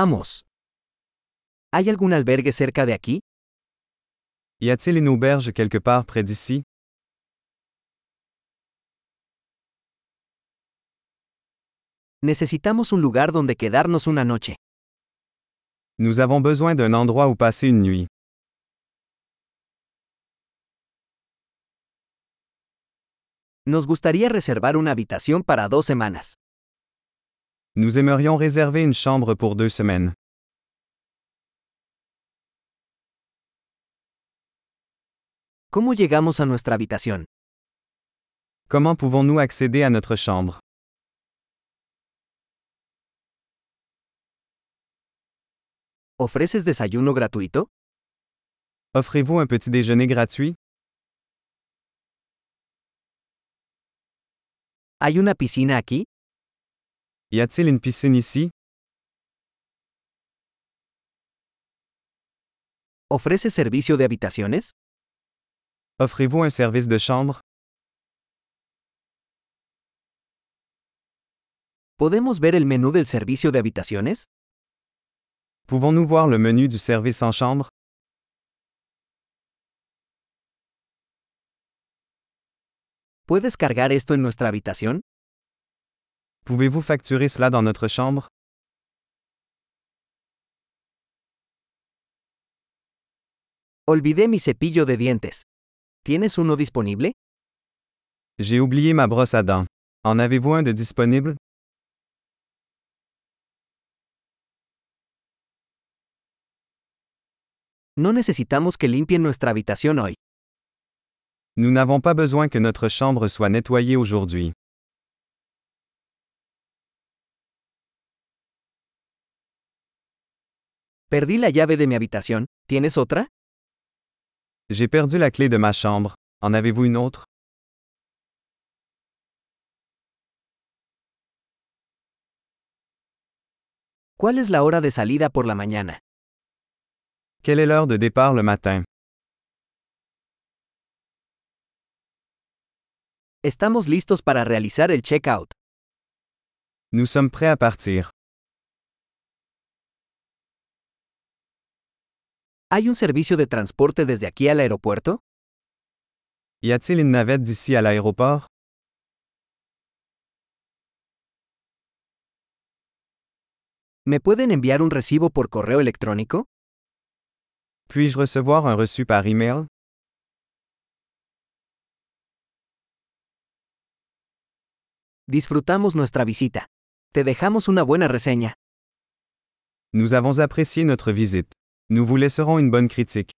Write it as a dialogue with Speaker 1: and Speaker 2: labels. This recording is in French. Speaker 1: Vamos. ¿Hay algún albergue cerca de aquí?
Speaker 2: Y a-t-il une auberge quelque part près d'ici?
Speaker 1: Necesitamos un lugar donde quedarnos una noche.
Speaker 2: Nous avons besoin d'un endroit où passer une nuit.
Speaker 1: Nos gustaría reservar una habitación para dos semanas.
Speaker 2: Nous aimerions réserver une chambre pour deux semaines.
Speaker 1: ¿Cómo llegamos a nuestra habitación?
Speaker 2: Comment pouvons-nous accéder à notre chambre?
Speaker 1: ¿Ofreces desayuno gratuito?
Speaker 2: Offrez-vous un petit déjeuner gratuit?
Speaker 1: ¿Hay una piscina aquí?
Speaker 2: Y a-t-il une piscine ici?
Speaker 1: ¿Ofreces servicio de habitaciones?
Speaker 2: Offrez-vous un service de chambre?
Speaker 1: ¿Podemos ver el menú del servicio de habitaciones?
Speaker 2: Pouvons-nous voir le menu du service en chambre?
Speaker 1: ¿Puedes cargar esto en nuestra habitación?
Speaker 2: Pouvez-vous facturer cela dans notre chambre?
Speaker 1: Olvidé mi cepillo de dientes. ¿Tienes uno disponible?
Speaker 2: J'ai oublié ma brosse à dents. En avez-vous un de disponible?
Speaker 1: No necesitamos que limpien nuestra habitación hoy.
Speaker 2: Nous n'avons pas besoin que notre chambre soit nettoyée aujourd'hui.
Speaker 1: Perdí la llave de mi habitación. ¿Tienes otra?
Speaker 2: J'ai perdu la clé de ma chambre. En avez-vous une autre?
Speaker 1: ¿Cuál es la hora de salida por la mañana?
Speaker 2: Quelle est l'heure de départ le matin?
Speaker 1: Estamos listos para realizar el checkout.
Speaker 2: Nous sommes prêts à partir.
Speaker 1: ¿Hay un servicio de transporte desde aquí al aeropuerto?
Speaker 2: Y a-t-il une navette d'ici à l'aéroport?
Speaker 1: ¿Me pueden enviar un recibo por correo electrónico?
Speaker 2: Puis-je recevoir un reçu par email?
Speaker 1: Disfrutamos nuestra visita. Te dejamos una buena reseña.
Speaker 2: Nous avons apprécié notre visite. Nous vous laisserons une bonne critique.